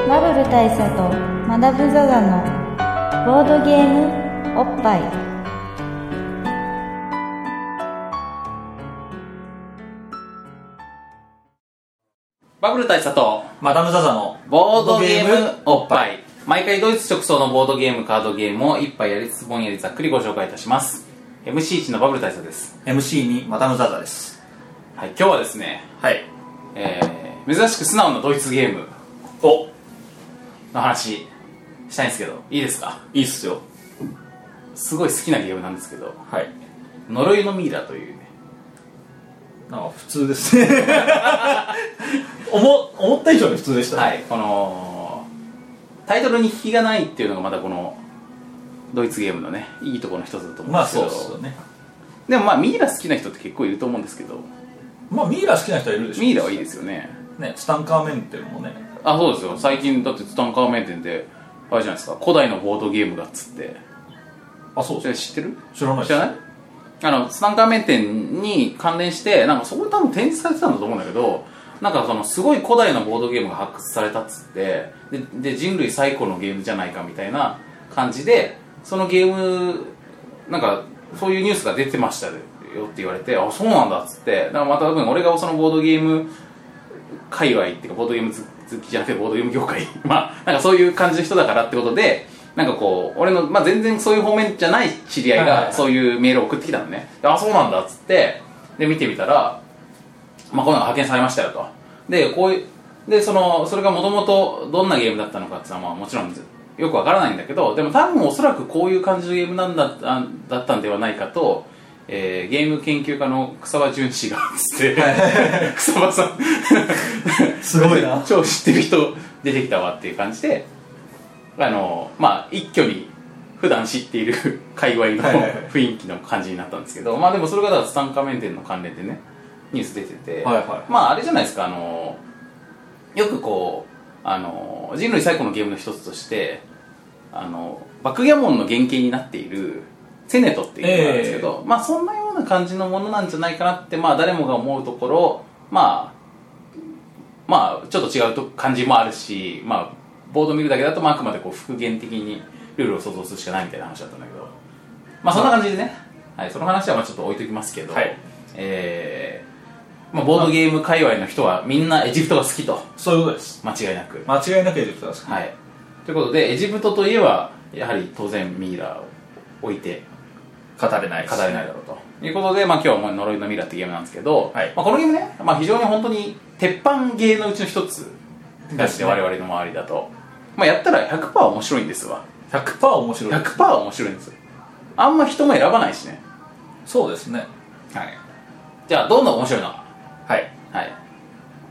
大佐とマダム・ザ・ザのボードゲームおっぱいバブル大佐とマダム・ザ・ザのボードゲームおっぱい毎回ドイツ直送のボードゲームカードゲームを一杯やりつつぼんやりざっくりご紹介いたします MC1 のバブル大佐です MC にマダム・ザ・ザですはい、今日はですね、はいえー、珍しく素直なドイツゲームおの話したいんですけど、いいですかいいっすよすごい好きなゲームなんですけど、はい呪いのミイラというね、なんか普通ですね 思思った以上に普通でしたね、はい、この、タイトルに引きがないっていうのがまたこの、ドイツゲームのね、いいところの一つだと思うんまあですけそうど、っすよねでもまあミイラ好きな人って結構いると思うんですけど、まあミイラ好きな人はいるでしょミイラはいいですよね。ねツタンカーメンテンもねあ、そうですよ。最近だってツタンカーメン店で、あれじゃないですか、古代のボードゲームがっつって、あそうそでれす知ってる知らないっす知らないあの、ツタンカーメン展に関連して、なんかそこで多分展示されてたんだと思うんだけど、なんかそのすごい古代のボードゲームが発掘されたっつって、で、で人類最古のゲームじゃないかみたいな感じで、そのゲーム、なんかそういうニュースが出てましたよって言われて、あ、そうなんだっつって、だからまた多分俺がそのボードゲーム界隈っていうかボードゲーム好きじゃなくてボードゲーム業界 まあなんかそういう感じの人だからってことでなんかこう俺の、まあ、全然そういう方面じゃない知り合いはいはいはがいそういうメールを送ってきたのねであそうなんだっつってで見てみたら、まあ、こういうのが派遣されましたよとでこういうでそのそれがもともとどんなゲームだったのかっていうのは、まあ、もちろんずよくわからないんだけどでも多分おそらくこういう感じのゲームなんだあだったんではないかと、えーゲーム研究家の草場淳氏が つって草場さんすごいな 超知ってる人出てきたわっていう感じであのまあ一挙に普段知っている界隈のはいはいはい雰囲気の感じになったんですけどまあでもそれがだからツタンカーメン店の関連でねニュース出てて、はいはいまああれじゃないですかあのよくこうあの人類最古のゲームの一つとしてあのバックギャモンの原型になっているセネトっていうのがあるんですけど、まあそんなような感じのものなんじゃないかなってまあ誰もが思うところまあまあちょっと違うと感じもあるしまあボード見るだけだと、まあ、あくまでこう復元的にルールを想像するしかないみたいな話だったんだけどまあそんな感じでね、はい、その話はまあちょっと置いときますけど、はいえーまあ、ボードゲーム界隈の人はみんなエジプトが好きとそういうことです間違いなく間違いなくエジプトですはいということでエジプトといえばやはり当然ミイラを置いて語れない語れないだろうということで、まあ、今日はもう呪いのミイラってゲームなんですけど、はいまあ、このゲームね、まあ、非常に本当に鉄板ゲーのうちの一つだして我々の周りだと、まあ、やったら100%面白いんですわ100%面白い100%面白いんですよあんま人も選ばないしねそうですねはいじゃあどんな面白いのかはいはい、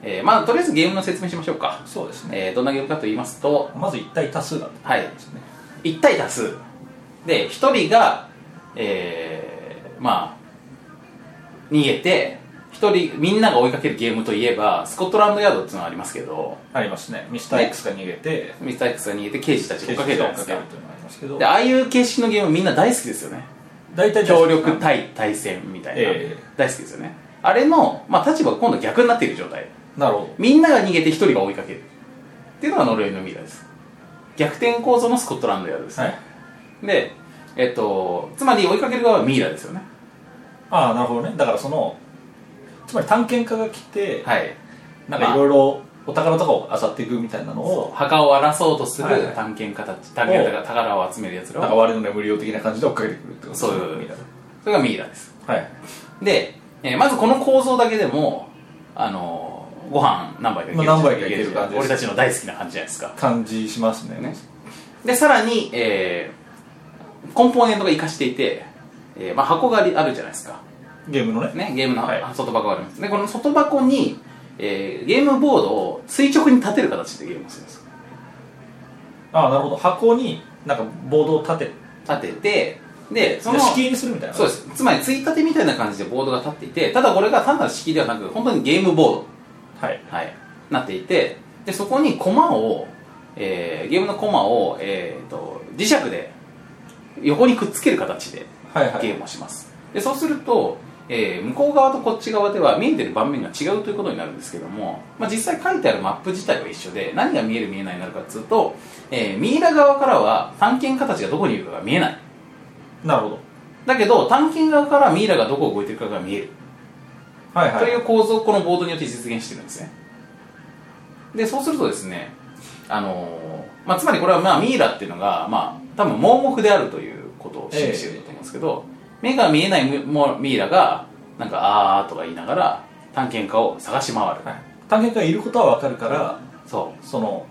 えーまあとりあえずゲームの説明しましょうか、そうですねえーどんなゲームかと言いますとまず一体多数だったはいですね1対多数で1人がえー、まあ逃げて1人みんなが追いかけるゲームといえばスコットランドヤードっていうのがありますけどありますねミスター X が逃げてミスター X が逃げて刑事たちを追追っっかかけけるるじゃないです追っかけかるというのがありますけどでああいう形式のゲームみんな大好きですよね大体協力対対戦みたいな、ええ大好きですよねあれの、まあ、立場が今度逆になっている状態なるほみんなが逃げて1人が追いかけるっていうのが呪いのミイラです逆転構造のスコットランドヤードですどね、はいで、えっと、つまり追いかける側はミイラですよね。ああなるほどねだからそのつまり探検家が来て、はい。なんかいろいろお宝とかを漁っていくみたいなのを墓を争おうとするはいはい探検家たち、探検家が宝を集めるやつらなんかを、我の眠りを的な感じで追っかけてくるってことですそうねいうみたいそれがミイラです。なはいで、えーまずこの構造だけでも、あのーご飯何杯かいけるまあ何杯かいける感じです俺たちの大好きな感じじゃないですか。感じしますねねで、さらに、えーコンポーネントが活かしていて、えーまあ、箱がありあるじゃないですか。ゲームのねね、ゲームのはい外箱があります。で、この外箱に、えーゲームボードを垂直に立てる形でゲームをするんです。ああなるほど箱になんかボードを立て立ててでその敷居にするみたいなそうですつまりついたてみたいな感じでボードが立っていてただこれが単なる式ではなく本当にゲームボーはいド、はい、なっていてでそこにコマを、えーゲームのコマを、えー、と磁石で横にくっつける形ではいはゲいームをしますでそうすると、ええー向こう側とこっち側では見えてる盤面が違うということになるんですけども、まあ、実際書いてあるマップ自体は一緒で何が見える見えないになるかっていうと、えーミイラ側からは探検家たちがどこにいるかが見えないなるほどだけど探検側からミイラがどこを動いてるかが見えるはいはといいう構造をこのボードによって実現してるんですねでそうするとですねあのーまあ、つまりこれはまあミイラっていうのが、まあ、多分盲目であるということを示してるんだと思うんですけど、目が見えないむもミイラがなんか「あー」とか言いながら探検家を探し回る、はい探検家がいることは分かるからそその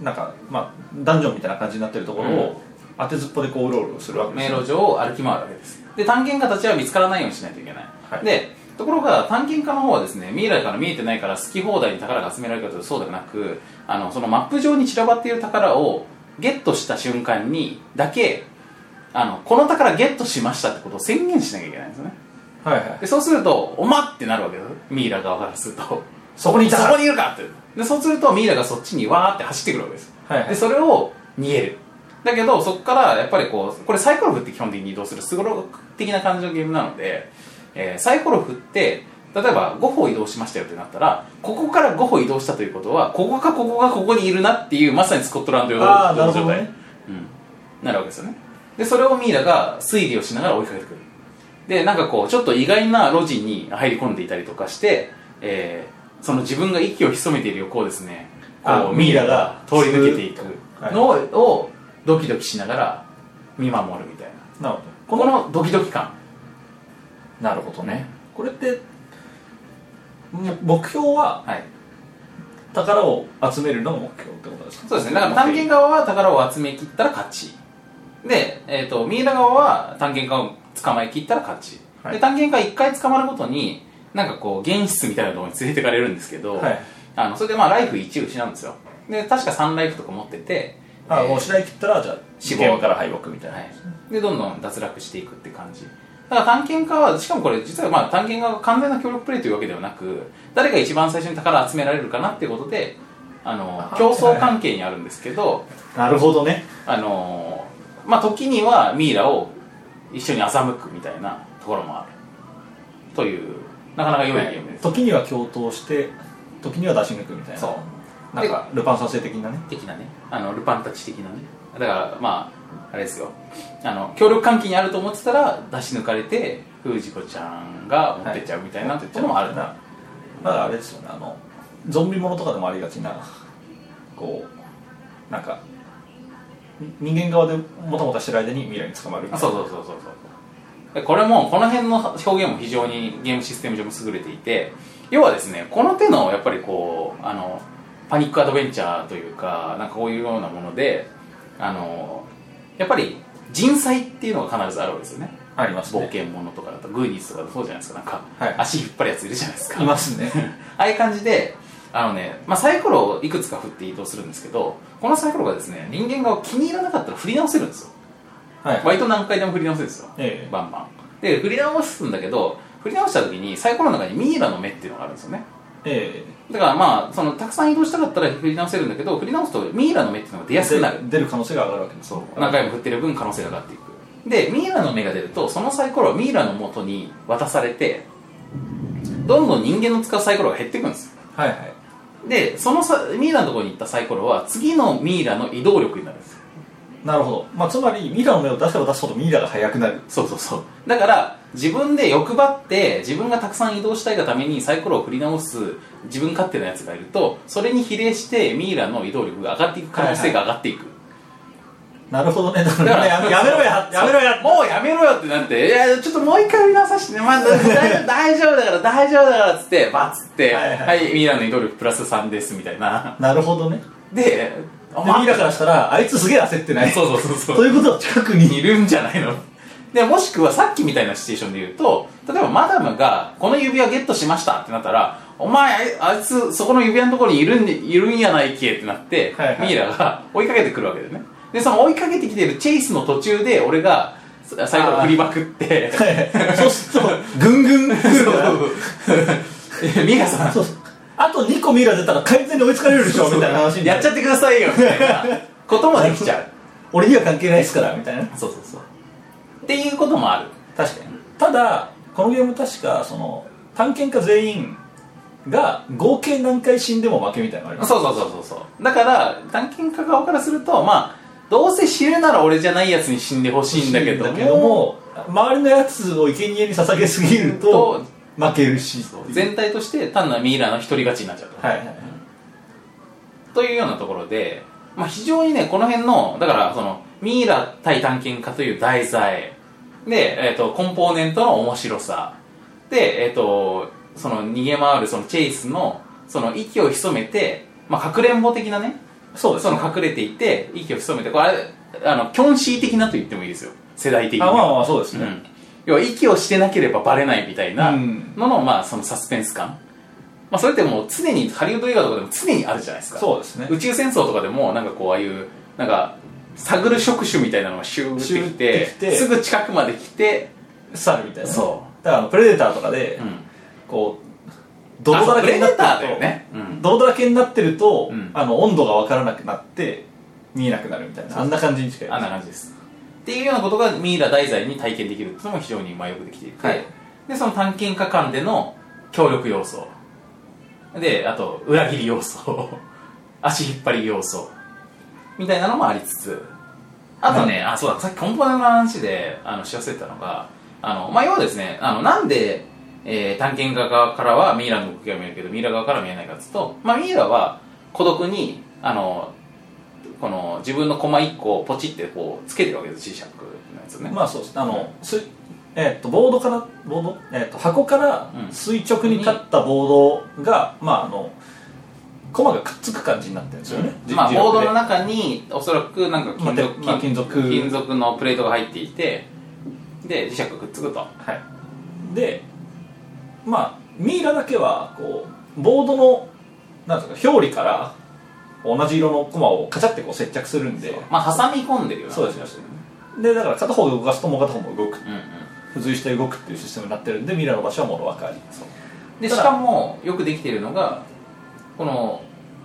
なんかまあダンジョンみたいな感じになってるところうんを当てずっぽでこううろうろするわうけで迷すよ路上を歩き回るわけですで探検家たちは見つからないようにしないといけない、はいでところが探検家の方はですねミイラから見えてないから好き放題に宝が集められるかというとそうではなくあのそのマップ上に散らばっている宝をゲットした瞬間にだけあのこの宝ゲットしましたってことを宣言しなきゃいけないんですよねはいはいでそうすると「おま!」ってなるわけですミイラ側からす るとそこにいたそこにいるかってでそうするとミイラがそっちにわーって走ってくるわけです、はいはいでそれを逃げるだけどそこからやっぱりこうこれサイコロ振って基本的に移動するすごろく的な感じのゲームなので、えーサイコロ振って例えば5歩移動しましたよってなったらここから5歩移動したということはここかここがここにいるなっていうまさにスコットランド用のああなるほど状態ねうん、なるわけですよねでそれをミイラが推理をしながら追いかけてくるでなんかこうちょっと意外な路地に入り込んでいたりとかして、えーその自分が息を潜めている横をですねこあうミイラが通り抜けていくのを,、をドキドキしながら見守るみたいななるほどここのドキドキ感なるほどねこれっても目標ははい宝を集めるのが目標ってことですかそうですねだから探検側は宝を集めきったら勝ちで、えー、とミイラ側は探検家を捕まえきったら勝ち、はいで探検家一回捕まるごとになんかこう原室みたいなところに連れてかれるんですけど、はいあのそれでまあライフ1失うんですよで確か3ライフとか持っててあえーもう失い切ったらじゃあ死死亡亡から敗北みたいな、はい、でどんどん脱落していくって感じだから探検家はしかもこれ実はまあ探検家が完全な協力プレイというわけではなく誰が一番最初に宝を集められるかなっていうことであのあ競争関係にあるんですけどなるほどねあのまあ時にはミイラを一緒に欺くみたいなところもあるというなかなか良いゲームです、時には共闘して時には出し抜くみたいなそうなんかルパン三世的なね的なねあのルパンたち的なねだからまああれですよあの協力関係にあると思ってたら出し抜かれて藤子ちゃんが持ってっちゃうみたいなってのもあるな、なだからあれですよねあのゾンビものとかでもありがちなこうなんかに人間側でもたもたしてる間に未来に捕まるみたあいそなうそうそうそうそうでこれもこの辺の表現も非常にゲームシステム上も優れていて要はですねこの手のやっぱりこうあのパニックアドベンチャーというかなんかこういうようなものであのやっぱり人災っていうのが必ずあるわけですよねありますね冒険者とかだとグーニーズとかだとそうじゃないですかなんか、はい足引っ張るやついるじゃないですかいますね ああいう感じであのね、まあ、サイコロをいくつか振って移動するんですけどこのサイコロがですね人間側を気に入らなかったら振り直せるんですよはい割と何回でも振り直せるんですよ、ええバンバンで振り直すんだけど振り直した時にサイコロの中にミイラの目っていうのがあるんですよねえだからまあそのたくさん移動したかったら振り直せるんだけど振り直すとミイラの目っていうのが出えやすくなるで出る可能性が上がるわけですそう何回も振ってる分可能性が上がっていくでミイラの目が出るとそのサイコロはミイラの元に渡されてどんどん人間の使うサイコロが減っていくんですよはいはいでそのさミイラのところに行ったサイコロは次のミイラの移動力になるんですよなるほど、まあ、つまりミイラの目を出せば出すほどミイラが速くなるそうそうそうだから自分で欲張って自分がたくさん移動したいがためにサイコロを振り直す自分勝手なやつがいるとそれに比例してミイラの移動力が上がっていく可能性が上がっていく、なるほどねだかだからねらややめろややめろやもうやめろよってなって、いや、ちょっともう一回見直させてね、まあ、大丈夫、大丈夫だから、大丈夫だからっつって、バッつって、はいははいい、ミイラの移動力プラス3です、みたいな。なるほどねで、でミイラからしたらあいつすげえ焦ってないそうそうそうそうということは近くにいるんじゃないのでもしくはさっきみたいなシチュエーションで言うと例えばマダムがこの指輪ゲットしましたってなったらお前あいあいつそこの指輪のところにいるんでいるんやないけってなって、はいはいミイラが追いかけてくるわけだよねでその追いかけてきてるチェイスの途中で俺がさ最後振りまくってはいそうするとぐんぐん来るからえミイラさんそうそうあと2個ミイラ出たら完全に追いつかれるでしょみたいな話になやっちゃってくださいよみたいなこともできちゃう俺には関係ないですからみたいなそうそうそうっていうこともある確かにただこのゲーム確かその探検家全員が合計何回死んでも負けみたいなのありますそうそうそうそうそうだから探検家側からするとまあどうせ死ぬなら俺じゃないやつに死んでほしいんだけどもも周りのやつを生贄に捧げすぎると負けるしっていう全体として単なるミイラの一人勝ちになっちゃった、はいはいはいというようなところで、まあ、非常にねこの辺のだからそのミイラ対探検家という題材で、えー、とコンポーネントの面白さで、えー、とその逃げ回るそのチェイスのその息を潜めて、まあ、かくれんぼ的なねそうですそねの隠れていて息を潜めてこれあれあのキョンシー的なと言ってもいいですよ世代的にあはまあまあそうですうね、ん、要は息をしてなければバレないみたいなうんのの,、まあそのサスペンス感、まあ、それってもう常にハリウッド映画とかでも常にあるじゃないですかそうですね宇宙戦争とかでもなんかこうああいうなんか探る触手みたいなのがシューってきてシューってきてすぐ近くまで来て猿みたいなそだからあのプレデターとかで、う、うん、こう泥だらけになってるとあそうプレデターだよねうん泥だらけになってると、うんあの温度が分からなくなって見えなくなるみたいなあんな感じに近いあんな感じですっていうようなことがミイラ題材に体験できるっていうのも非常にまあよくできていて、はいでその探検家間での協力要素であと裏切り要素 足引っ張り要素みたいなのもありつつあとね、あそうださっきコンポーネントの話であのし忘れてたのがあの、まあ、要はですねあのなんで、えー探検家側からはミイラの動きが見えるけどミイラ側からは見えないかっていうと、まあ、ミイラは孤独にあのこの自分の駒1個をポチってこうつけてるわけです磁石なんですよね、まあそうですねあの、すえっとボードからボード、えっと箱からうん垂直に立ったボードが、まああのコマがくっつく感じになってるんですよね、じまあ、磁力ボードでの中におそらくなんか金属,、まあてまあ金属金属のプレートが入っていてで磁石がくっつくとはい、でまあミイラだけはこうボードのなんていうか表裏から同じ色のコマをカチャってこう接着するんでまあ挟み込んでるようなそうですねでだから片方が動かすともう片方も動くうんうん付随して動くっていうシステムになってるんでミイラの場所はもう分かりでたしだかもよくできているのがこの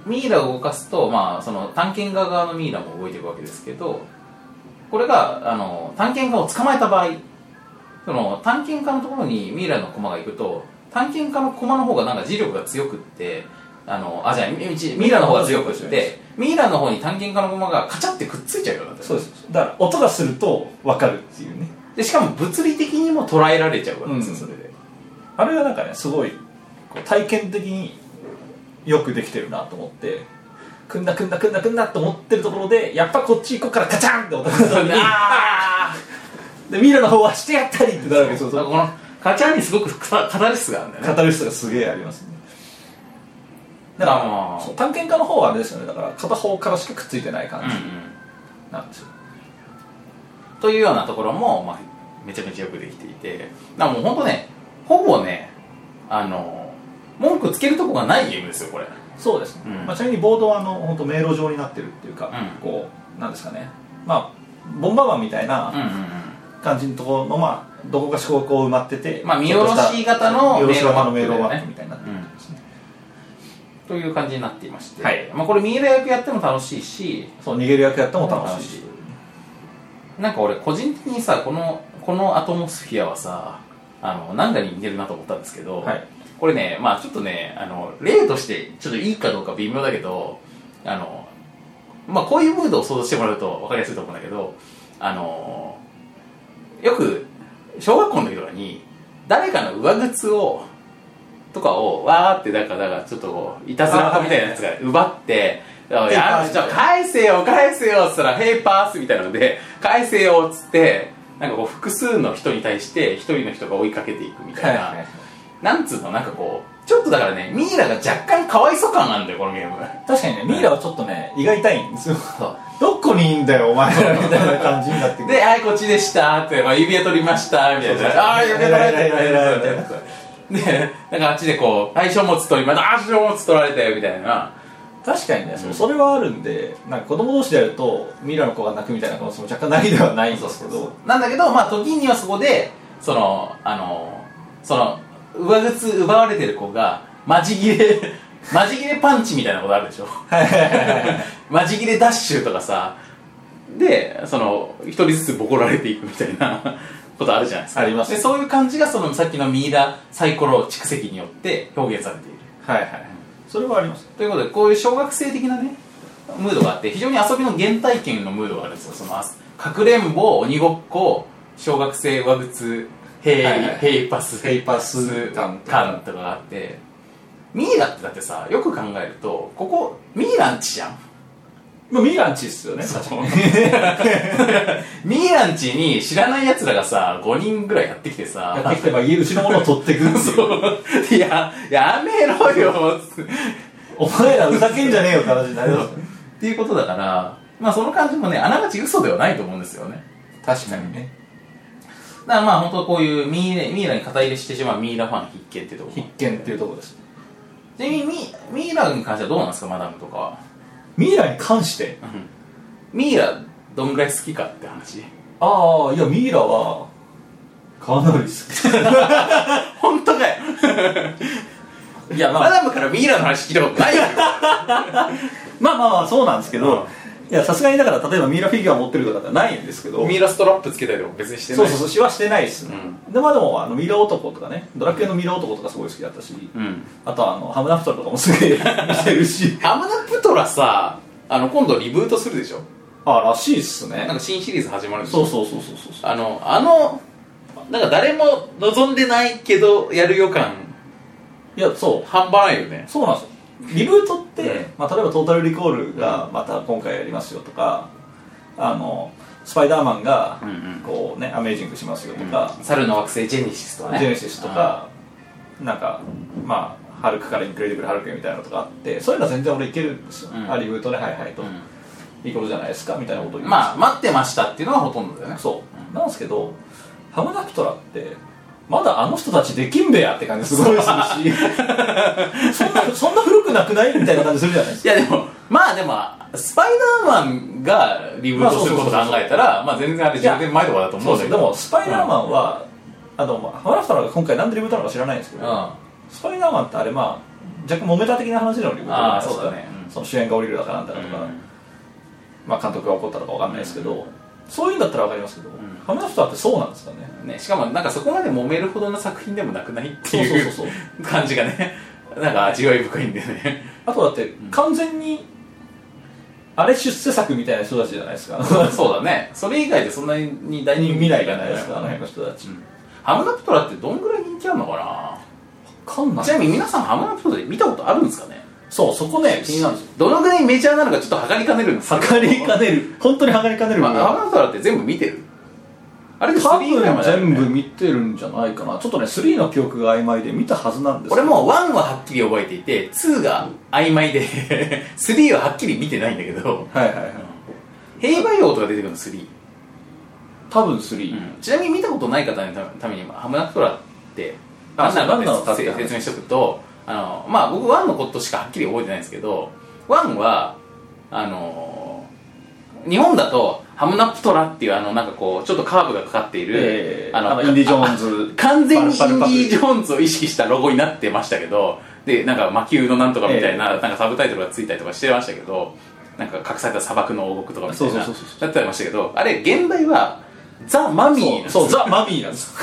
ミイラを動かすと、まあ、その探検家側のミイラも動いていくわけですけどこれがあの探検家を捕まえた場合その探検家のところにミイラの駒が行くと探検家の駒の方がなんか磁力が強くってあのあじゃあミミイラの方が強くってミイラの方に探検家の駒がカチャってくっついちゃうようになってるそうですだから音がすると分かるっていうねでしかも物理的にも捉えられちゃうわけですよ、うんそれ であれがなんかねすごいこう体験的によくできてるなと思ってくんだくんだくんだくんだと思ってるところでやっぱこっち行こうからカチャンって音がするのにあ でミイラの方はしてやったりってなるわけですよーこのカチャンにすごくカタルシスがあるんだよねカタルシスがすげえありますねだあかまあらそう探検家の方はあれですよねだから片方からしかくっついてない感じなんですよ、というようなところも、まあ、めちゃめちゃよくできていてだからもう本当ねほぼねあの文句つけるとこがないゲームですよこれそうですね、うんまあ、ちなみにボードはあの本当迷路状になってるっていうか、うんこうなんですかねまあボンバーマンみたいなうんうん感じのところの、まあ、どこかしこうこう埋まってて、まあ見下ろし型の見下ろし型の迷迷路路マッマッププみみたいになってうるんんですね、という感じになっていまして、はいまあ、これミイラ役やっても楽しいしそう逃げる役やっても楽しいし、なんか俺個人的にさこのこのアトモスフィアはさあの何かに似てるなと思ったんですけど、はいこれねまあちょっとねあの例としてちょっといいかどうか微妙だけどあのまあこういうムードを想像してもらうと分かりやすいと思うんだけどあのよく小学校の時とかに誰かの上靴をとかをわーってなんかだからちょっとこういたずらかみたいなやつが奪って「あやるじゃあ返せよ返せよ」っつったら「ヘイパース」みたいなので「返せよ」っつってなんかこう複数の人に対して一人の人が追いかけていくみたいな、はいなんつうのなんかこうちょっとだからねミイラが若干かわいそう感なんだよこのゲーム確かにねミイラはちょっとね胃が痛いんですよそう どこにいんだよお前 らみたいな感じになってくるで、はい、こっちでしたって、まあ、指輪取りましたみたいそうそうな、ああー、指輪取られたみ偉い偉い偉いたいな。で、なんかあっちでこう、対象物取りました、あー、書物取られたよみたいな。確かにね、そうそれはあるんでなんか子供同士でやるとミイラの子が泣くみたいな可能性も若干ないではないんですけどなんだけど、まあ、時にはそこで、その、あの、その、上靴奪われてる子が、マジギ レ、マジギレパンチみたいなことあるでしょ。マジギレダッシュとかさ、でその一人ずつボコられていくみたいな ことあるじゃないですかありますでそういう感じがそのさっきのミイラサイコロ蓄積によって表現されているはいはいそれはありますということでこういう小学生的なねムードがあって非常に遊びの原体験のムードがあるんですよそのあかくれんぼ鬼ごっこ小学生上靴ヘイ、はいはいヘイパスヘイパス感感とかがあってミイラってだってさよく考えるとここミイラんちじゃんまあミランチっすよねミイラんちに知らない奴らがさ5人ぐらいやってきてさやってきてば家うちのものを取ってくるって いうそういややめろよつってお前らふざけんじゃねえよって話になりますねっていうことだからまあその感じもねあながち嘘ではないと思うんですよね確かにねだからまあ本当こういうミイラミイラに肩入れしてしまうミイラファン必見ってとこ必見っていうところですちなみにミミイラに関してはどうなんですかマダムとかはミイラに関してミイラどんぐらい好きかって話ああいやミイラはかなり好本当 かよきいやマダムからミイラの話聞いたことないよ まあまあまあそうなんですけうんど、いやさすがにだから例えばミイラフィギュア持ってるとかってないんですけど ミイラストラップつけたりとか別にしてなそいうそうそうしはしてないですね、うでまあでもあのミイラ男とかねドラクエのミイラ男とかすごい好きだったし、うんあとはあのハムナプトラとかもすげえ見てるしアムナプトラさあの今度リブートするでしょあらしいっすなんねか新シリーズ始まるでしょそうそうそうそうそうあのあのなんか誰も望んでないけどやる予感いやそう半端ないよねそうなんですよリブートって、うんまあ、例えば「トータルリコール」がまた今回やりますよとかあのスパイダーマンがうんうんこうね、アメージングしますよとか、猿の惑星ジェネシスとかねジェネシスとか、なんかまあハルクからインクレディブルハルクへみたいなのとかあってそういうのは全然俺いけるんですよ、うんあリブートではいはいと、うんいいことじゃないですかみたいなことを言うまあ待ってましたっていうのがほとんどだよねそうなんですけどハムナプトラってまだあの人たちできんべやって感じす ごいするしそんなそんな古くなくないみたいな感じするじゃないですかいやでもまあでもスパイダーマンがリブートすることを考えたらまあ全然あれ10年前とかだと思そううんだけそうでどもスパイダーマンは、あのまあハマラフタラが今回なんでリブートなのか知らないんですけうんど、スパイダーマンってあれまあ若干揉めた的な話でのリブートじゃないですかあーそうだねうんその主演が降りるだかなんだかとか、まあ、監督が怒ったとかわかんないですけど、そういうんだったらわかりますけど、んハムラフタラってそうなんですかねね、しかもなんかそこまで揉めるほどの作品でもなくないってそういそううそうそう感じがねなんか味わい深いんでねあとだって完全に、あれ出世作みたいな人たちじゃない ですかそうだねそれ以外でそんなに大人気未来がないですかあのね辺の人たち、うんハムナプトラってどんぐらい人気あるのかかんなないちなみに皆さんハムナプトラで見たことあるんですかねそうそこね気になる んですよどのぐらいメジャーなのかちょっと測りかねるんですけど測りかねる本当に測りかねるま部分あ、ハムナプトラって全部見てるあれで多3ぐらいま分であるよ全ね部見てるんじゃないかなちょっとね3の記憶が曖昧で見たはずなんですけ俺どもう1ははっきり覚えていて2が曖昧で 3ははっきり見てないんだけどはいはいはい平和王とか出てくるの3、多分3、うん、ちなみに見たことない方のためにハムナプトラってあ何なそうの何なかのかっってて話説明しておくとあの、まあ、僕1のことしかはっきり覚えてないんですけど1はあの日本だとハムナプトラっていうあのなんかこうちょっとカーブがかかっている、えーあのインディ・ジョーンズ完全にインデパルィ・パルジョーンズを意識したロゴになってましたけどでなんか魔球のなんとかみたいな,、なんかサブタイトルがついたりとかしてましたけどなんか隠された砂漠の王国とかみたいそうなそうそうそなうってましたけどあれ現代はザ・マミーなんですそうそうザ・マミーなん です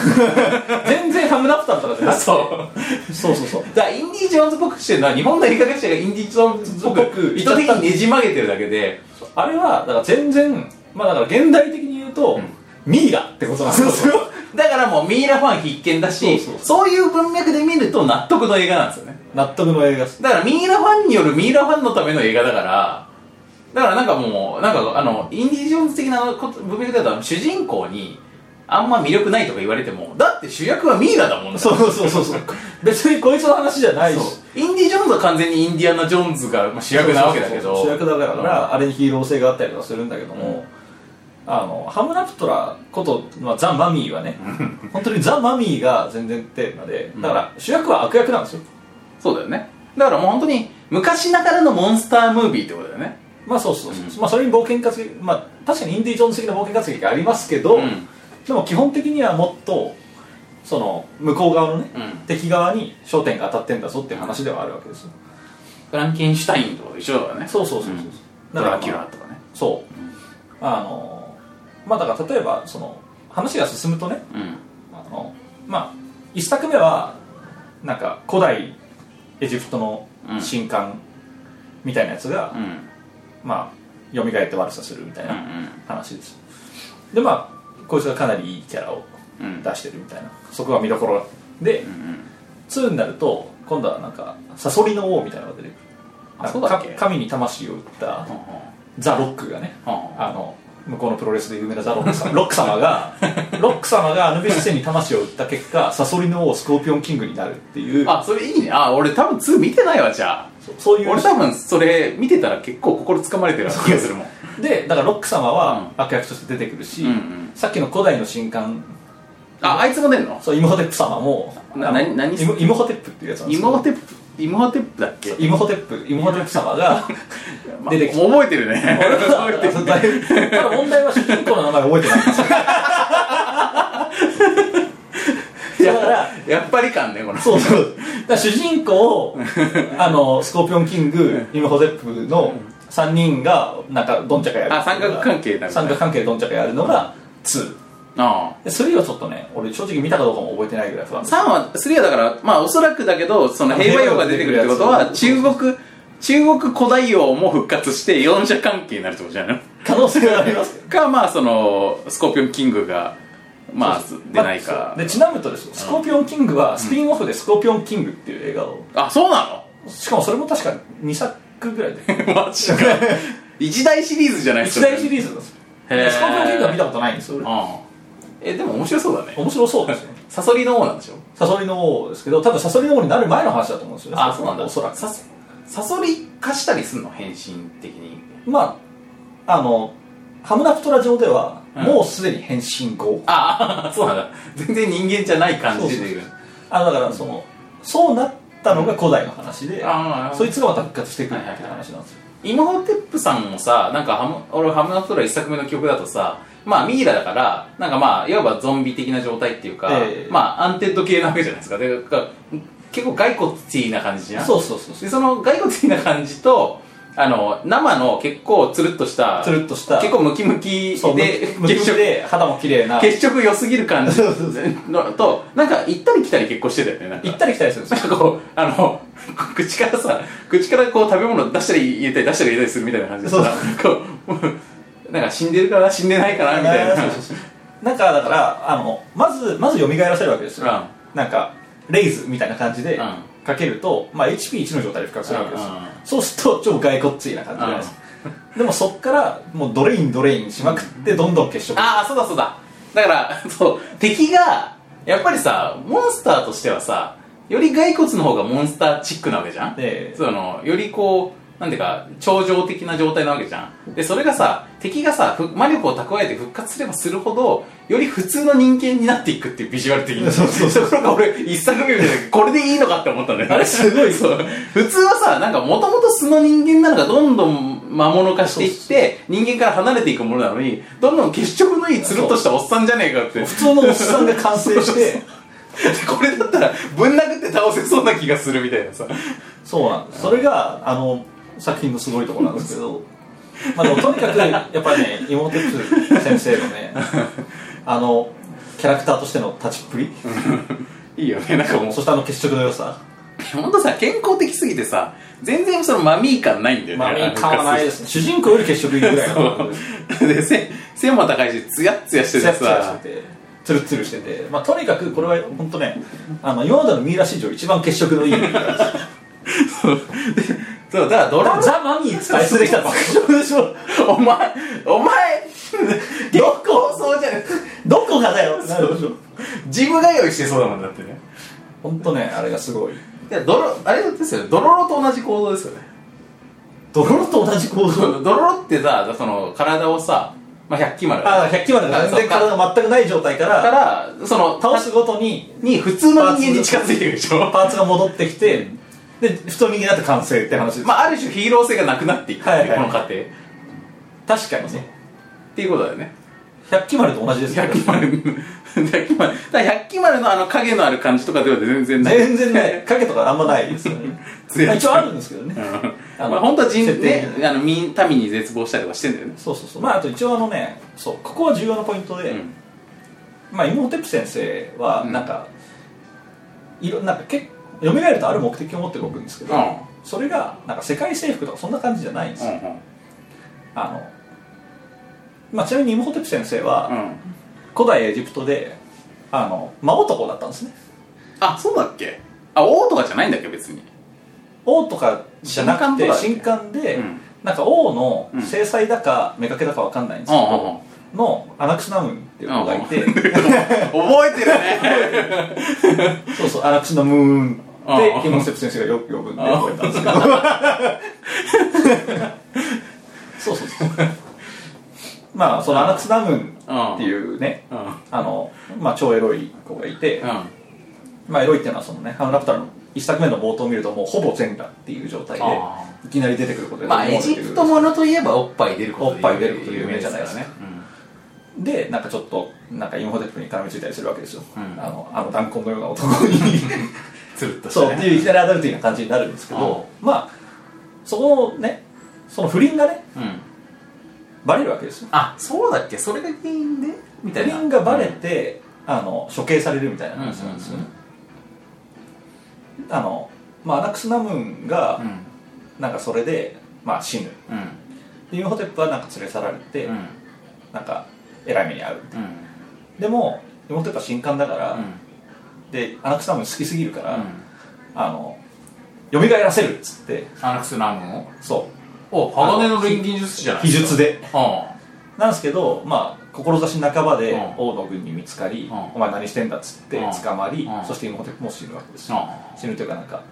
全然ハムナプターとかじゃなくてそうそうそうそうだからインディ・ジョーンズっぽくしてるのは日本の映画学者がインディ・ジョーンズっぽっぽくく意図的にねじ曲げてるだけであれはだから全然まあだから現代的に言うと、ミイラってことなんですよだからもうミイラファン必見だしそうそそうういう文脈で見ると納得の映画なんですよね納得の映画っすだからミイラファンによるミイラファンのための映画だから、だからなんかもう、なんかあの、インディ・ジョーンズ的なこと文脈だと、主人公にあんま魅力ないとか言われても、だって主役はミイラだもんね。そうそうそうそう別にこいつの話じゃないしそうインディ・ジョーンズは完全にインディアナ・ジョーンズがまあ主役なわけだけど。主役だから、うんあれにヒーロー性があったりとかするんだけども、あのハムナプトラこと、まあ、ザ・マミーはね本当にザ・マミーが全然テーマでだから主役は悪役なんですよそうだよね。だからもう本当に昔ながらのモンスタームービーってことだよね。まあそうそうそう、まあ、それに冒険活劇まあ確かにインディ・ジョーンズ的な冒険活劇がありますけど、うんでも基本的にはもっとその向こう側のね、うん敵側に焦点が当たってんだぞっていう話ではあるわけですよフランケンシュタインとかと一緒だからね。そうそうそうそう、ドラキュラとかね。そう、あのまあだから例えばその話が進むとねうんあのまあ一作目はなんか古代エジプトの神官みたいなやつが、うんまあ蘇って悪さするみたいうんな話ですでまあこいつがかなりいいキャラをうんうん出してるみたいなそこが見どころでうんうん2になると今度はなんかサソリの王みたいなのが出てくるあそうだっけか神に魂を売ったはんザ・ロックがねはんはんはんあの向こうのプロレスで有名なザ・ロック様 ロック 様がロック様がアヌビス戦に魂を売った結果サソリの王スコーピオンキングになるっていうあそれいいねあ俺多分2見てないわじゃあそそういう俺多分それ見てたら結構心つかまれてるような気がするもんでだからロック様は悪役として出てくるし、うんうんさっきの古代の神官ああいつも出んのそうイムホテップ様もなあの何何イムイムホテップっていうやつなんでイすムホけテップイムホテップだっけどイムホテップイムホテップ様がま出てきて覚えてるね 覚えてるだいぶただ問題は主人公の名前覚えてないんですよだからやっぱり感ねこのそうそう。だから主人公 を、あの、スコーピオンキング、イム・ホゼップの3人が、なんか、どんちゃかやる。あ三角関係だ三角関係でどんちゃかやるのが2。あで、3はちょっとね、俺正直見たかどうかも覚えてないぐらい不安あ。3は3はだからまあおそらくだけどその平和用が出てくるってことは平中国中国古代用も復活して四者関係になるってことじゃない可能性があります。のかまあそのスコーピオンキングがまあ出ないまあかそうで、ちなむとですよ、スコーピオンキングは、スピンオフでスコーピオンキングっていう映画を、あそうなしかもそれも確か2作ぐらい で。のマジか一大シリーズじゃない一大シーズリーズなんですよ。へーでスコーピオンキングは見たことないんですよ、俺えでも面白そうだね面白そうですよね。サソリの王なんでしょサソリの王ですけど、多分サソリの王になる前の話だと思うんですよね。おそらく。サソサソリ化したりすんの変身的にまあ、あの、ハムナプトラ上では、うんもうすでに変身後。ああ そうなんだ全然人間じゃない感じで出てくるあだから、その、そうなったのが古代の話で、あーそいつがまた復活してくるっていう話なんですよ。イムホテップさんもさなんかハム俺ハムナプトラ一作目の曲だとさまあミイラだからなんかまあいわばゾンビ的な状態っていうか、ええまあアンテッド系なわけじゃないですかでだから結構骸骨ティーな感じじゃんそうそうそうそう。でその骸骨的な感じとあの生の結構つるっとしたつるっとした結構ムキムキそう、でむむきむきで肌も綺麗な、血色良すぎる感じ そうそうそのとなんか行ったり来たり結構してたよねなんか行ったり来たりするんですなんかこうあのこ口からさ口からこう食べ物出したり入れたり出したり入れたりするみたいな感じでさこう なんか死んでるかな死んでないかなみたいなそうそうそうなんかだからあのまずまず蘇らせるわけですよ、うなんかレイズみたいな感じでうんかけると、まあ、HP1 の状態で復活するわけですよ、うんうんうんそうすると超骸骨ついな感じじゃないですか、でもそっからもうドレインドレインしまくってどんどん結晶ああそうだそうだだから そう敵がやっぱりさモンスターとしてはさより骸骨の方がモンスターチックなわけじゃんええそのよりこうなんていうか超常的な状態なわけじゃんでそれがさ敵がさふ魔力を蓄えて復活すればするほどより普通の人間になっていくっていうビジュアル的なそうそうそとうころが俺一作目見た時これでいいのかって思ったんだよねあれすごいそう普通はさなんかもともと素の人間なのがどんどん魔物化していって人間から離れていくものなのにどんどん血色のいいつるっとしたおっさんじゃねえかって 普通のおっさんが完成 してこれだったらぶん殴って倒せそうな気がするみたいなさそうなんですそれがあの作品のすごいところなんですけどまあでもとにかくやっぱりね妹先生の ねあのキャラクターとしての立ちっぷりいいよねなんかもうそしてあの血色の良さほんとさ健康的すぎてさ全然そのマミー感ないんだよねまあ、感はないですすね。 主人公より血色いいぐらいの感じででせ線も高いしツヤッツヤしてツてヤさツヤしてて、ツルツルしてて、まあ、とにかくこれは本当ね、あの今までのミイラ史上一番血色 のいいミイラです。そうでそうだからドラマザ・マミー使い捨てきた爆笑でしょ。お前お前どこ、そうじゃないどこがだよってなるでしょ。ジム通いしてそうだもんだってね本当ね、あれがすごい。いやドロあれですよねドロロと同じ行動ですよね ドロロと同じ構ド造。ロロってさその体をさ、まあ、100機までああ、100キロまで全然体が全くない状態か、かららその倒すごとにに普通の人間に近づいていくでしょパーツが戻ってきて、で、布団になって完成って話です。まあある種ヒーロー性がなくなっていくっていうはいはいこの過程っ確かにね。ていうことだよね百鬼丸と同じですよ百鬼丸 百鬼丸だから百鬼丸のあの影のある感じとかでは全然ない。全然ね、影とかあんまないですよね艶一応あるんですけど ね。うんあまあ本当は人設定ね、あの民民に絶望したりとかしてんだよねそうそうそうまああと一応あのねそうここは重要なポイントで、うんまあイモテップ先生はうんなんか、いろなんか結蘇るとある目的を持って動くんですけど、うんそれがなんか世界征服とかそんな感じじゃないんですうよ、んうんあのまあ、ちなみにイモテップ先生は、うん古代エジプトであの魔男だったんですねあそうだっけあ王とかじゃないんだっけ別に王とかじゃなくて神神官官で、うんなんか王の制裁だか目かけだかわかんないんですけど、のアナクシナムーンっていう子がいて、覚えてるね そうそう、アナクシナムあーンあで、イモセプ先生がよく呼ぶんでああ覚えたんですけど。 そうそうそう。まあ、そのアナクシナムーンっていうね、うんあの、まあ、超エロい子がいて、うんまあ、エロいっていうのはそのね、ハムラプターの一作目の冒頭を見ると、もうほぼ全裸っていう状態であ、いきなり出てくることで、まあエジプトものといえばおっぱい出ることおっぱい出ることで有名じゃないですか有名で、なんかちょっと、なんかインフォテップに絡みついたりするわけですよ。うんあの、あの弾痕のような男に。すからね、うん、つるっとした、そうね、っていういきなりアダルティーな感じになるんですけどまあそこのねその不倫がねうんバレるわけですよあそうだっけそれが原因でみた不いな倫がバレて、あの処刑されるみたいな話なんですよね、あのまあアナクスナムーンが、うんなんかそれで、まあ、死ぬうんでユンホテップはなんか連れ去られて、うんうんなんか偉い目に遭ううんでもユンホテップは新刊だから、うんでアナクスナムーン好きすぎるから、あの蘇らせるっつってアナクスナムをそうお鋼の錬金術師じゃない秘術であなんですけど、まあ、志半ばでうん王の軍に見つかり、んお前何してんだっつってうん捕まり、うんそして妹も死ぬわけですあよ、死ぬというかなんか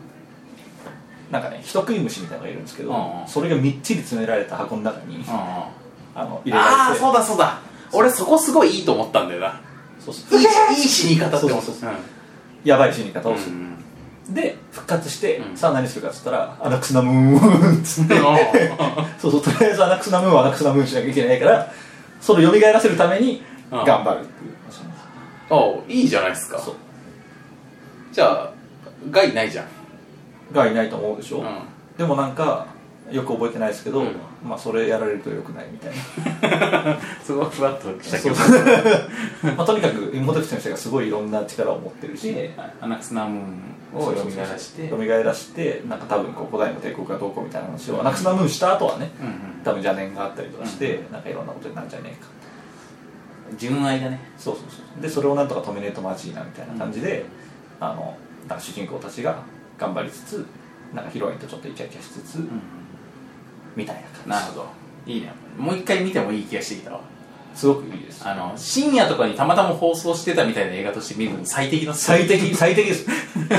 なんかね人食い虫みたいなのがいるんですけど、うんそれがみっちり詰められた箱の中に、ああの入れられてああそうだそうだ俺そこすごいいいと思ったんだよなそうそういいいい死に方って思ったそうそうやばい死に方うをんする、で復活して、うんさあ何するかっつったらアナクスナムーンっつってうんそうそうとりあえずアナクスナムーンはアナクスナムーンしなきゃいけないからそれを蘇らせるためにうん頑張るっていう話なんです、おいいじゃないですかそうじゃあ害ないじゃんがいないと思うでしょ、うんでもなんかよく覚えてないですけど、うんまあそれやられるとよくないみたいなすごいふわっとしたけそうどそうまあとにかく妹口先生がすごいいろんな力を持ってるしでアナクスナムーンを蘇らして蘇らしてなんか多分こう古代の帝国がどうこうみたいな話をアナクスナムーンした後はねうんうん多分邪念があったりとかして、なんかいろんなことになるんじゃねえか純愛だねそうそうそうでそれをなんとか止めねえとまじいなみたいな感じで、あのなんか主人公たちが頑張りつつなんかヒロインとちょっとイチャイチャしつつ、みたいな感じなるほどいいねもう一回見てもいい気がしてきたわすごくいいですあの深夜とかにたまたま放送してたみたいな映画として見るのに最適の最適最適です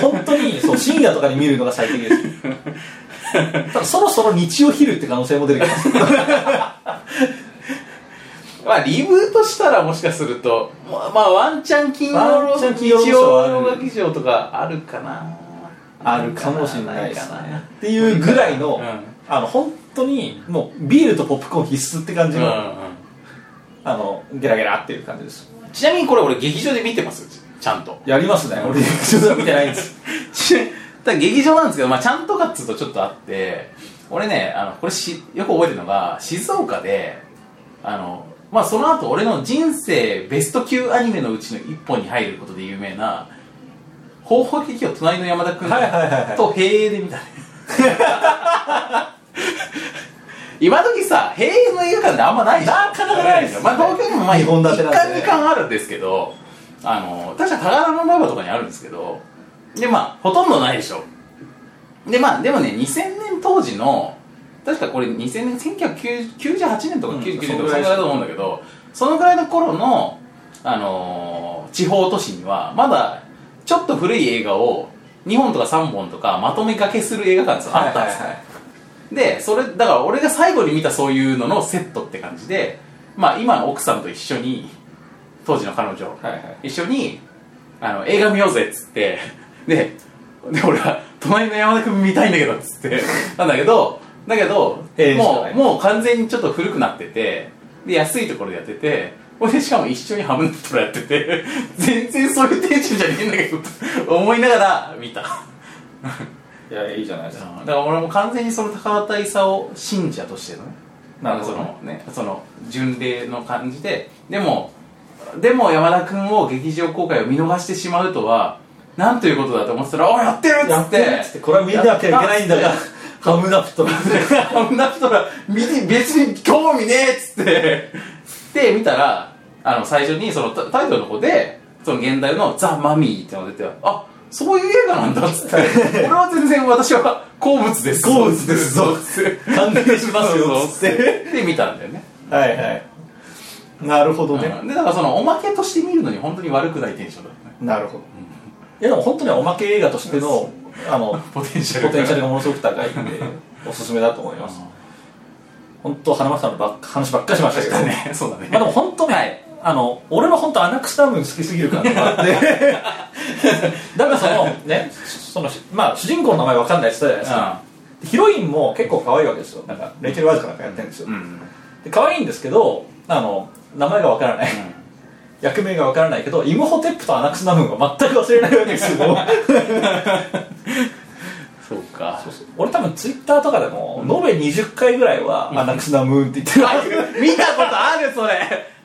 本当にそう深夜とかに見るのが最適ですただそろそろ日曜昼って可能性も出てきますまあリブートしたらもしかするとまあ、まあ、ワンチャン金曜ロワンチャン日金曜ロードショーは曜ある洋画劇場とかあるかなあるかもしれないですかねっていうぐらいの、うんあの本当にもうビールとポップコーン必須って感じの、な、うんあのゲラゲラっていう感じですうん、ちなみにこれ俺劇場で見てますよちゃんとやりますね俺ちょっと見てないんですち ただ劇場なんですけど、まあ、ちゃんとかっつうとちょっとあって俺ねあのこれしよく覚えてるのが静岡であのまあその後俺の人生ベスト級アニメのうちの一本に入ることで有名な「方法劇を隣の山田君はいはいはいはいと「平営」で見たね 今時さ平営の映画館ってあんまないじゃんなかなかないですよねまあ、東京にもまあ二本立て一なんで巻二巻あるんですけどあの確か宝の馬場とかにあるんですけどでまあほとんどないでしょでまあでもね2000年当時の確かこれ2000年1998年とかうん99年とか、そのそのぐらいぐらいだと思うんだけどそのぐらいの頃の、あのー地方都市にはまだちょっと古い映画を2本とか3本とかまとめ掛けする映画館があったんですよ、でそれだから俺が最後に見たそういうののセットって感じでまあ今の奥さんと一緒に当時の彼女、はいはい一緒にあの映画見ようぜっつってでで俺は隣の山田君見たいんだけどっつってなんだけどだけどええしかもないうもう完全にちょっと古くなっててで安いところでやっててほいでしかも一緒にハムナプトラやってて全然そういうテンションじゃねえんだけど思いながら見たいやいいじゃないですかだから俺も完全にその高畑勲信者としてのねなるほどんかそのねその巡礼の感じででもでも山田君を劇場公開を見逃してしまうとはなんということだと思ってたら「おやってる!」っつやっっててるっつってこれは見なきゃいけないんだがやっハムナプトラこんな人ら見て別に興味ねえっつってで見たらあの最初にそのタタイトルの方でその現代の「ザ・マミー」ってのが出てあそういう映画なんだっ つって俺は全然私は好物です好物ですそうっつって歓迎しますよそうっつってで見たんだよねはいはいなるほどでね、だからそのおまけとして見るのに本当に悪くないテンションだったねなるほど、いやでも本当におまけ映画としてのあのポテンシャル ポがテンシャルがものすごく高い んでおすすめだと思います本当花丸さんのばっか話ばっかりしましたけどだねそうだねまあでも本当ね、はいあの俺は本当アナクスタム好きすぎるからがあって だからそのねそのまあ主人公の名前わかんないって言ったじゃないですか、ヒロインも結構可愛いわけですよなんかレイチェル・ワイズかなんかやってるんですよ、うんうんで可愛いんですけどあの名前がわからない、役名がわからないけどイムホテップとアナクスナムンが全く忘れないわけです よそうか俺多分ツイッターとかでも延べ20回ぐらいはアナクスナムーンって言ってる、見たことあるそれ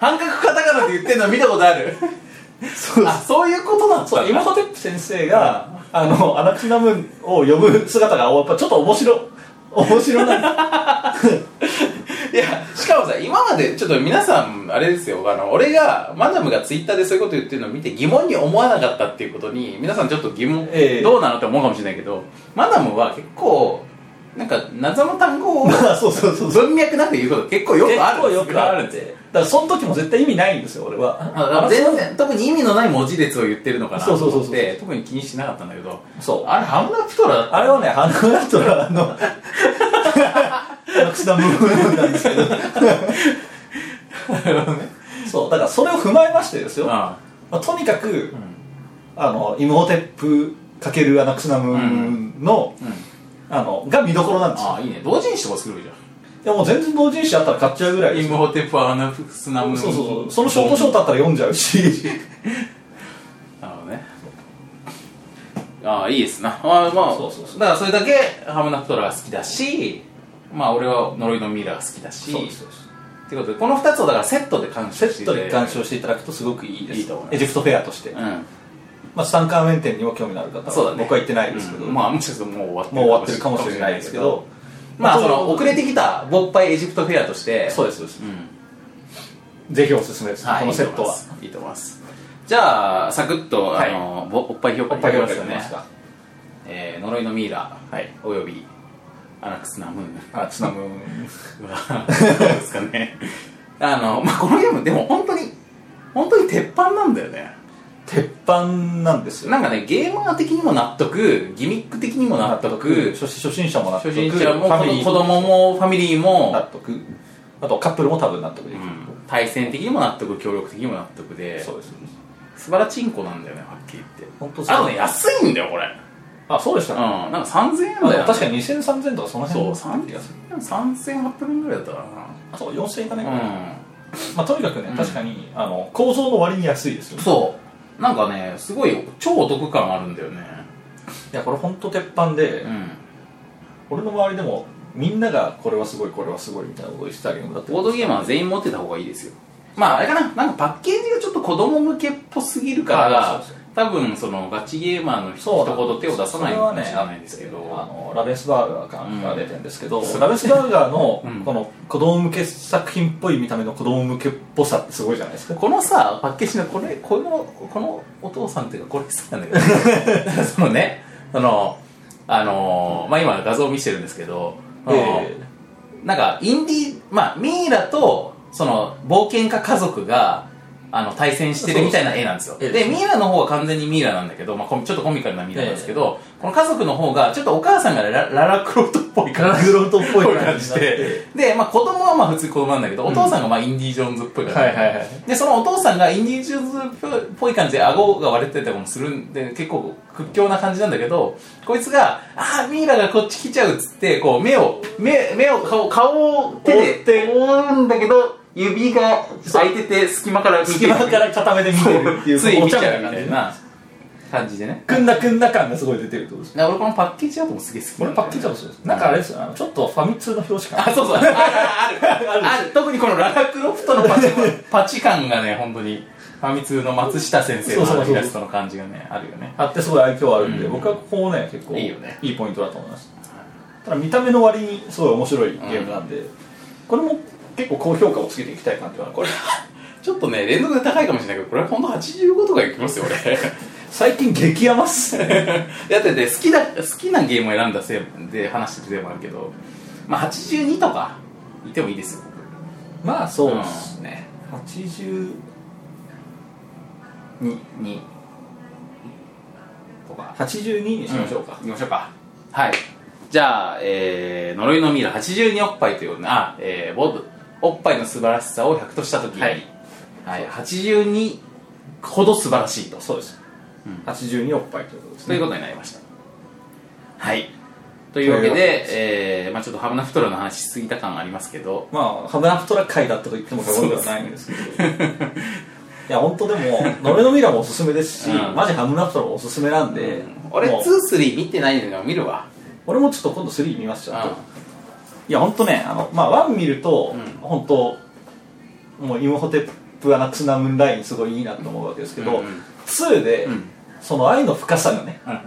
半角カタカナで言ってんの見たことあるそうあそういうことだったそうイムホテップ先生があのアナクシナムを呼ぶ姿がやっぱちょっと面白面白 ないいやしかもさ今までちょっと皆さんあれですよあの俺がマダムがツイッターでそういうこと言ってるのを見て疑問に思わなかったっていうことに皆さんちょっと疑問、ええどうなのって思うかもしれないけどマダムは結構なんか謎の単語 をそうそうそうそう文脈なんて言うこと結構よくあるんです結構よくあるんでだからその時も絶対意味ないんですよ俺はあだから全然特に意味のない文字列を言ってるのかなとそうそうそう思そっうて特に気にしてなかったんだけどそうあれハムナプトラだったあれはね花村とはあのアナクシナムーンなんですけどそうだからそれを踏まえましてですよ、まああ、とにかく、あのイムホテップ×アナクシナムーンの、うんあのが見どころなんですよああいいね同人誌とか作るじゃいやもう全然同人誌あったら買っちゃうぐらいんでイすムよホテプアナフスナムそうそうそうそのショートショートあったら読んじゃうしなるほどねああいいですなああまあそうそうそうだからそれだけハムナプトラが好きだしまあ俺は呪いのミイラが好きだしそうですってことでこの2つをだからセットで鑑賞してセットで鑑賞していただくとすごくいいですいいと思いますエジプトフェアとして、うんまあ、ツタンカーメン店にも興味のある方そうだはね僕は行ってないですけど、うんまあ、まあもしかするともう終わってもう終わってるかもしれないですけどまあそまあの遅れてきた勃発エジプトフェアとしてそうでですそうですす、うんぜひおすすめです、はいこのセットはいいと思いますじゃあサクッと、はいあのぼおっぱい評お価っぱいいき評ま価すいよきまねすかえー、呪いのミイラ、はいおよびアナクスナムーンあツナムーン はどうですかねあの、まあ、このゲームでも本当に本当に鉄板なんだよね鉄板なんですよなんかねゲーマー的にも納得ギミック的にも納得初初心者も納得初心者もファ子ミリ供ー子供もファミリーも納得あとカップルも多分納得できうる、ん対戦的にも納得協力的にも納得でそうです素晴らちんこなんだよねはっきり言って本当そうあのね安いんだよこれあそうでしたうんね、なんか3000円だまよ、あでね、も確かに2000、3000とかその辺そう気がする3800円ぐらいだったかあそう4000いかないかなな、うまあ、とにかくね、うん確かにあの構造の割に安いですよんいそうなんかねすごい超お得感あるんだよねやこれ本当鉄板で、うん俺の周りでもみんながこれはすごいこれはすごいみたいなこと言ってたゲームだってボードゲームは全員持ってた方がいいですよまああれかななんかパッケージがちょっと子供向けっぽすぎるからあそうそう多分そのガチゲーマーのそ人うな一んです言手を出さないかもしれないですけど、それはねあってあのラベンスバーガーかうんら出てるんですけど、ラベンスバーガーのうんこの子供向け作品っぽい見た目の子供向けっぽさってすごいじゃないですかこのさパッケージのこれこのこのお父さんっていうかこれ好きなんだけ どそのねそのあのーまあ今画像を見せてるんですけど、あのえなんかインディーまあミイラとその冒険家家族があの対戦してるみたいな絵なんですよそうでそうミイラの方は完全にミイラなんだけど、まあ、コミちょっとコミカルなミイラなんですけど、この家族の方がちょっとお母さんがラララクロートっぽいー、感じグロートっぽぽいい感感じじでで、 で、まあ、子供はまあ普通に子供なんだけど、お父さんがまあインディ・ージョーンズっぽい感じ、はいはいはいでそのお父さんがインディ・ージョーンズっぽい感じで顎が割れてたりもするんで結構屈強な感じなんだけどこいつが「ああミイラがこっち来ちゃう」っつってこう目を目目を顔顔を手で覆って覆うんだけど指が開いてて隙間から見て隙間から片目で見てるっていうつい見ちお茶目ゃうなみた感じいな感じでねくんだくんだ感がすごい出てるってことですだから俺このパッケージアートもすげえ好きこなれんパだよねッケージだとしてですなんかあれですよあのちょっとファミ通の表紙感あそうそうあるあるあるある特にこのララクロフトのパチパチ感がね本当にファミ通の松下先生そうそうのそうアイラストの感じがねあるよねあってすごい愛嬌あるんで、うん僕はここもね結構いいよねいいポイントだと思いますただ見た目の割にすごい面白いゲームなんで、これも結構高評価をつけていきたい感じはあるこれ ちょっとね連続で高いかもしれないけどこれほんと85とかいきますよ俺 最近激ヤマっすねだってね好きだ好きなゲームを選んだせいで話してるでもあるけどまあ82とかいてもいいですよ まあそうでです、すね82 2とか82にしましょうか、行きましょうかはいじゃあ、えー、呪いのミイラ82おっぱいというなあ、えー、ボードおっぱいの素晴らしさを100とした時に、はいはい、82ほど素晴らしいとそうです、うん82おっぱいということですということになりました、はいというわけというわけでで、えーまあ、ちょっとハムナフトラの話しすぎた感ありますけどまあハムラフトラ会だったと言っても過言ではないんですけ どいや本当でもノレノミラもおすすめですし、うんマジハムラフトラもおすすめなんで、俺もう23見てないのに見るわ俺もちょっと今度3見ますちょっと、うんいや本当ねあのまあ1見ると、うん本当もうイムホテップアナクスナムーンラインすごいいいなと思うわけですけど、うんうん2で、うんその愛の深さがねあ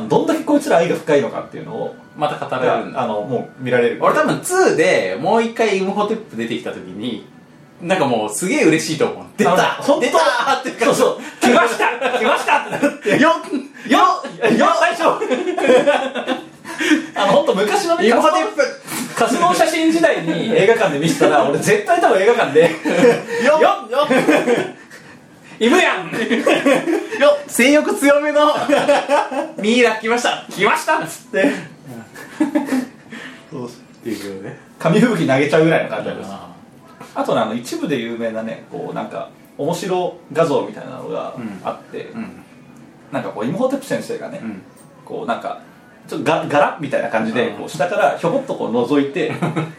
のどんだけこいつら愛が深いのかっていうのをまた語られるんだあのもう見られる俺多分2でもう一回イムホテップ出てきた時になんかもうすげえ嬉しいと思う出たあの本当出たーってそうそう来ました来ましたってなってよよよ最初あの本当昔のねイムホテ活動ップ活動写真時代に映画館で見せたら俺絶対多分映画館でよよよ「イムやん!」性欲強めのミイラ来ました来ましたっつってそうっていうね紙吹雪投げちゃうぐらいの感じですああとねあの一部で有名なねこうなんか面白画像みたいなのがうんあって、うんなんかこうイムホテプ先生がね、うんこうなんかちょっとガガラッみたいな感じで、うんこう下からひょこっとこう覗いて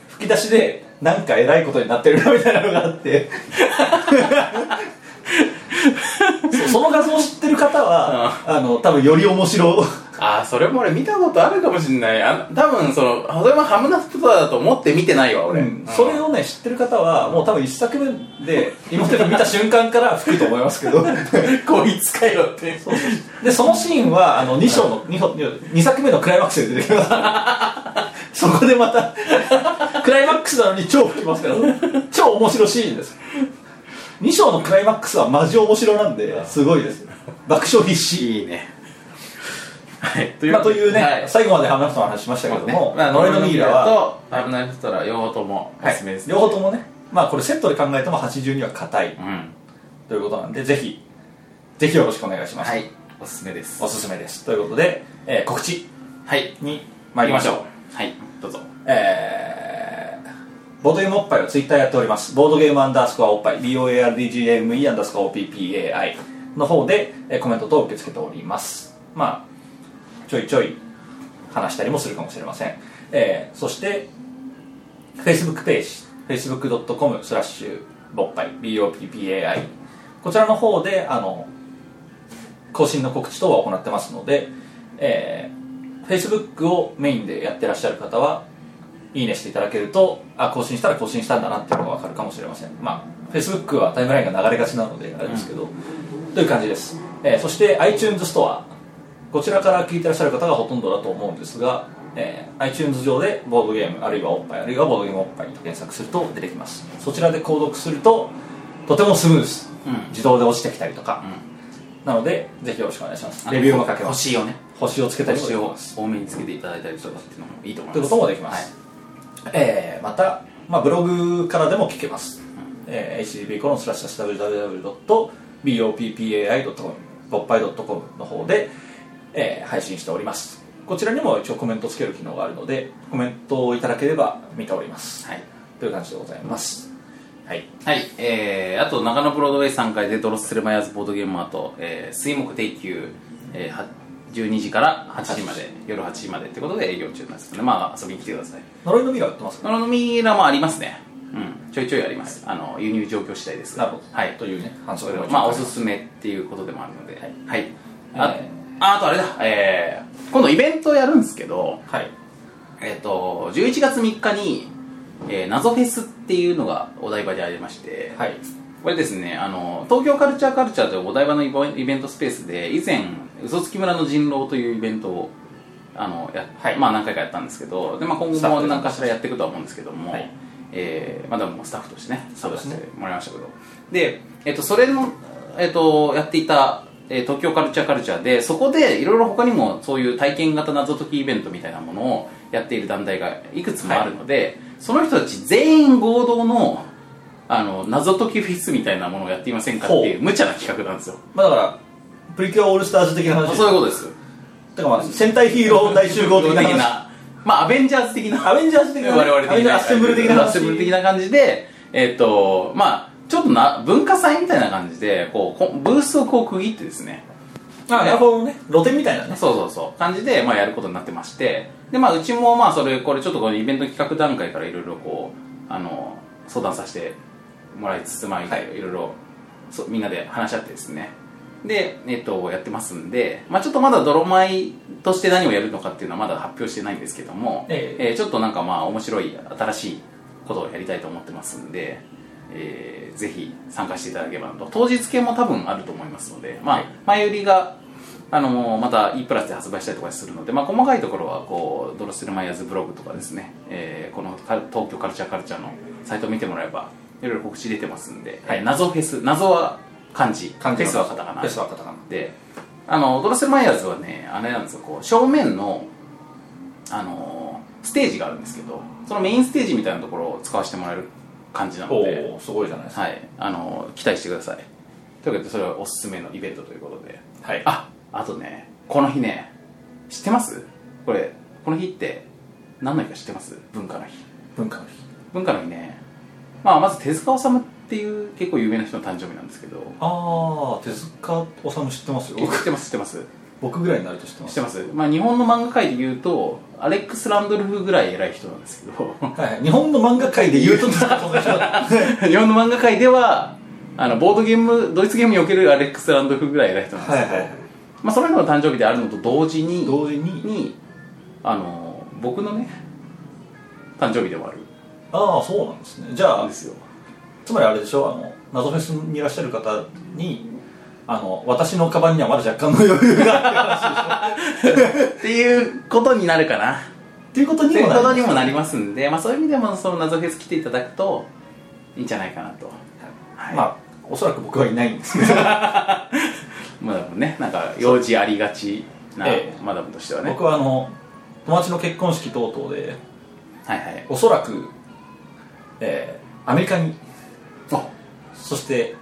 吹き出しでなんかえらいことになってるなみたいなのがあって そうその画像を知ってる方は、あの多分より面白あーそれも俺見たことあるかもしんないあ多分そのそれもハムナプトだと思って見てないわ俺、うんそれをね知ってる方はもう多分一作目 で妹が見た瞬間から吹くと思いますけどこいつかよってでそのシーンはあの2章の 2, 二作目のクライマックスで出てきま すそこでまたクライマックスなのに超吹きますから超面白シーンです2章のクライマックスはマジ面白なんですごいです爆笑必至いいねはいとまあ、というね、はい最後まで話すの話しましたけども、まあ、ノノレレノノミミーーララは、とハムナプトラ両方ともおはすすめでいす、両方ともね、まあ、これセットで考えても82は硬いうんということなんで、ぜひ、ぜひよろしくお願いします。はいおすすめですおすすめです。ということで、えー告知はいに行参きりままししょょうはいどうぞう。えー、ボードゲームおっぱいはツイッターやっております。ボードゲームアンダースコアおっぱい、BOARDGME アンダースコア OPPAI の方で、えーコメント等を受け付けております。まあ、ちょいちょい話したりもするかもしれません。えーそして、Facebook ページ facebook.com スラッシュボッパイ BOPPAI こちらの方であの更新の告知等は行ってますので、えー Facebook をメインでやってらっしゃる方はいいねしていただけるとあ更新したら更新したんだなっていうのが分かるかもしれませんまあ Facebook はタイムラインが流れがちなのであれですけど、という感じです、えーそして iTunes ストアこちらから聞いてらっしゃる方がほとんどだと思うんですが、えー iTunes 上でボードゲームあるいはおっぱいあるいはボードゲームおっぱいと検索すると出てきますそちらで購読するととてもスムーズ、うん自動で落ちてきたりとか、なのでぜひよろしくお願いしますレビューもかけます星をね星をつけたりもで星きをます多めにつけていただいたりとかっていうのもいいと思いますということもできます、えーまた、まあ、ブログからでも聞けます、えー、http コロンスラッシュ www.boppai.com ぼっぱい .com の方で、えー配信しておりますこちらにも一応コメントつける機能があるのでコメントをいただければ見ております、はい、という感じでございますはいはいえー、あと中野ブロードウェイ3階でドロスするマイヤーズボードゲームアート、えー、水木定休、えーは、12時から8時まで夜8時までってことで営業中なんですのでまあ遊びに来てください呪いの実が売ってますかあのミイラもありますねうんちょいちょいあります、あの輸入状況次第ですがなるほど、はいというね反そ則れはでもまあおすすめっていうことでもあるのではい、あえああとあれだ、えー、今度イベントやるんですけど、はいえっ、と、11月3日に、えー謎フェスっていうのがお台場でありまして、はいこれですね、あの、東京カルチャーカルチャーというお台場のイベイベントスペースで、以前、嘘つき村の人狼というイベントを、あの、やはいまあ何回かやったんですけど、で、まあ今スタッ後フもで何かしらやっていくとは思うんですけども、はいえーまあでもスタッフとしてね、そうですね参加してもらいましたけど。で、えっと、それの、えっと、やっていた、えー東京カルチャーカルチャーで、そこでいろいろ他にもそういう体験型謎解きイベントみたいなものをやっている団体がいくつもあるので、その人たち全員合同の、あの、謎解きフェスみたいなものをやっていませんかっていう無茶な企画なんですよ。まあだからプリキュアオールスターズ的な話そういうことです。だからまあ戦隊ヒーロー大集合的な話 まあ、アベンジャーズ的な。アベンジャーズ的なね我々的なアベンジャーアッセンブル的な話アッセンブル的な感じでえっ、とまあちょっとな文化祭みたいな感じでこうこブースをこう区切ってですねあなるほどね露店みたいなねそうそうそう感じで、まあ、やることになってましてでまあうちもまあそれこれちょっとこのイベント企画段階からいろいろこうあの相談させてもらいつつまあ、はいいろいろそうみんなで話し合ってですねで、えっと、やってますんで、まあ、ちょっとまだ泥米として何をやるのかっていうのはまだ発表してないんですけども、えーちょっとなんかまあ面白い新しいことをやりたいと思ってますんで、えーぜひ参加していただければなと当日券も多分あると思いますので、まあはい前売りがあのまた e プラスで発売したりとかするので、まあ、細かいところはこうドロステルマイヤーズブログとかですね、えーこのか東京カルチャーカルチャーのサイトを見てもらえばいろいろ告知出てますんで、はいえー謎フェス謎は漢字感フじェのスはカタカナフェスはカタカナであのドロステルマイヤーズはねあれなんですよこう正面のあのステージがあるんですけどそのメインステージみたいなところを使わせてもらえる感じなのでおおすごいじゃないですかはいあの期待してくださいというわけでそれはおすすめのイベントということではいああとねこの日ね知ってますこれこの日って何の日か知ってます文化の日文化の日文化の日ね、まあ、まず手塚治虫っていう結構有名な人の誕生日なんですけどああ手塚治虫知ってますよ知ってます知ってます僕ぐらいになると知ってま知っすてます、まあ、日本の漫画界で言うとアレックス・ランドルフぐらい偉い人なんですけど はいはい、日本の漫画界で言うとですね日本の漫画界ではあのボードゲームドイツゲームにおけるアレックス・ランドルフぐらい偉い人なんですけど、まあ、その人の誕生日であるのと同時に同時ににあの僕のね誕生日でもあるああそうなんですねじゃんあですよつまりあれでしょあの謎フェスにいらっしゃる方にあの私のカバンにはまだ若干の余裕がっていうことになるかなっていうこととにいうもなこりとますにもなりますんで、まあ、そういう意味でもその謎フェス来ていただくといいんじゃないかなと、はいまあおそらく僕はいないんですけどマダムねなんか用事ありがちなえマダムとしてはね 僕はあの友達の結婚式等々ではいはいおそらく、えーアメリカにあそして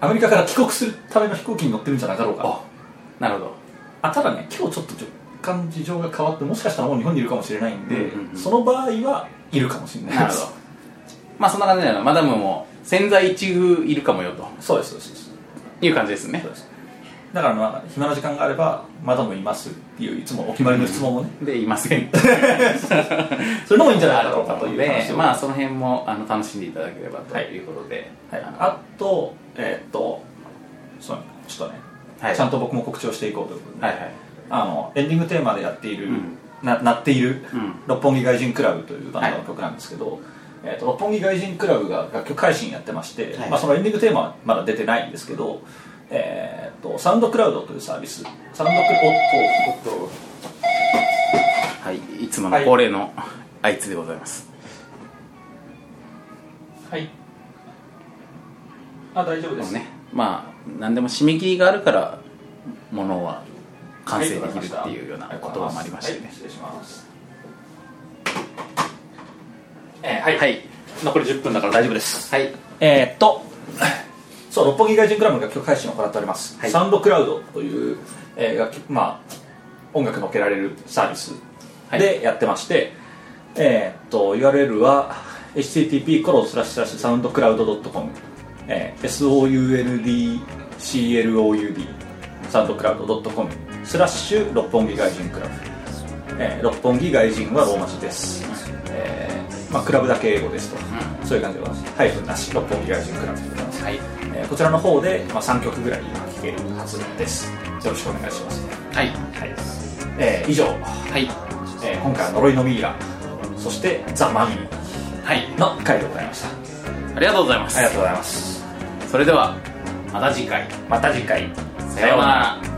アメリカから帰国するための飛行機に乗ってるんじゃなかろうかあなるほどあただね今日ちょっと若干事情が変わってもしかしたらもう日本にいるかもしれないんで、うんうんうんその場合はいるかもしれなないるでほど すまあそんな感じだよなマダムも千載一遇いるかもよとそうですそうですそうですいう感じですねそうですだからまあ暇な時間があればまだもいますっていういつもお決まりの質問もね、でいませんそれのもいいんじゃない あかるろとうかと思ういのうで話をまあその辺もあの楽しんでいただければとはいいうことでははい、あのあとえーっとそうちょっとね、はいちゃんと僕も告知をしていこうということで、はいはいあのエンディングテーマでやっている、うんななっている、うん六本木外人クラブというバンドの曲なんですけど、えー、と六本木外人クラブが楽曲配信やってまして、はいまあ、そのエンディングテーマはまだ出てないんですけど、えー、とサウンドクラウドというサービスサウンドクおっとおっとはいいつもの恒例のあいつでございますはいあ大丈夫でもねまあ何でも締め切りがあるからものは完成できるっていうような言葉もありましたよね失礼しますはい、はい、残り10分だから大丈夫ですはいえー、っとそう六本木外人クラブの楽曲配信を行っております、はいサウンドクラウドという、えー楽曲まあ音楽のっけられるサービスはいでやってまして、えー、っと URL は http コロスラッシュスサウンドクラウド .com、えー、soundcloud サウンドクラウド .com スラッシュ六本木外人クラブ、えー六本木外人はローマ字です、えーまあ、クラブだけ英語ですと、そういう感じでございますハイフンなし六本木外人クラブでございますはいえーこちらの方で、まあ、3曲ぐらい聞けるはずですよろしくお願いします、はいはいえー以上、はいえー今回は呪いのミイラそしてザ・マミーはいの回でございましたありがとうございますありがとうございますそれではまた次回また次回さようなら